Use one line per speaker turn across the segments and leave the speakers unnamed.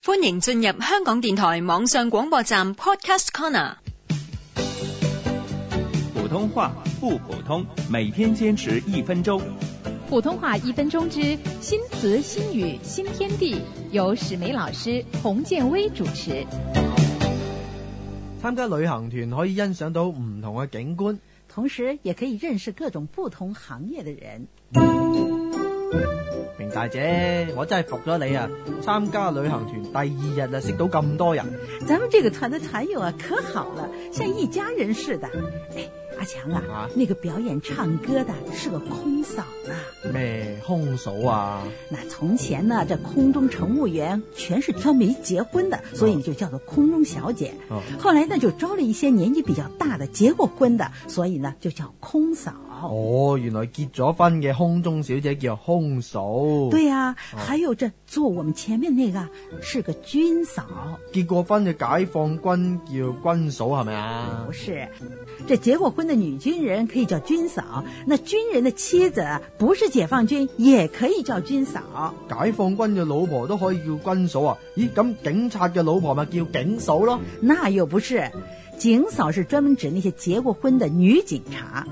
歡迎進入香港電台網上廣播站 Podcast Corner。
普通話不普通，每天堅持一分鐘。
普通話一分鐘之新詞新語新天地，由史梅老師洪建威主持。
參加旅行團可以欣賞到唔同嘅景觀，
同時也可以認識各種不同行業的人。
明大姐，我真係服咗你啊！參加旅行團第二日啊，識到咁多人，
咱們這個團的團友啊，可好了，像一家人似的。哎，阿強啊，
啊
那個表演唱歌的是個空嫂呢。
咩空嫂啊？
那從前呢，這空中乘務員全是挑沒結婚的，所以就叫做空中小姐。
哦
後來呢，就招了一些年紀比較大的結過婚的，所以呢就叫空嫂。
哦，原來結咗婚嘅空中小姐叫空嫂，
對呀、
哦
還有這坐我們前面那個是個軍嫂。
結過婚嘅解放軍叫軍嫂係咪啊
不？是，这结过婚的女军人可以叫军嫂，那军人的妻子不是解放军也可以叫军嫂。
解放軍嘅老婆都可以叫軍嫂啊？咦，咁警察嘅老婆咪叫警嫂咯？
那又不是，警嫂是专门指那些结过婚的女警察，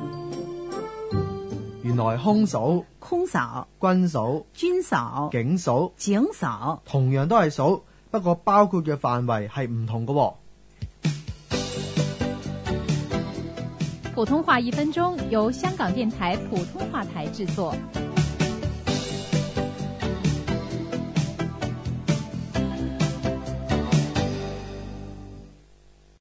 原來空嫂、
空嫂、
軍嫂、
军嫂、
警嫂
警嫂。
同樣都係嫂，不過包括嘅範圍係唔同嘅喎。
普通話一分鐘由香港電台普通話台製作。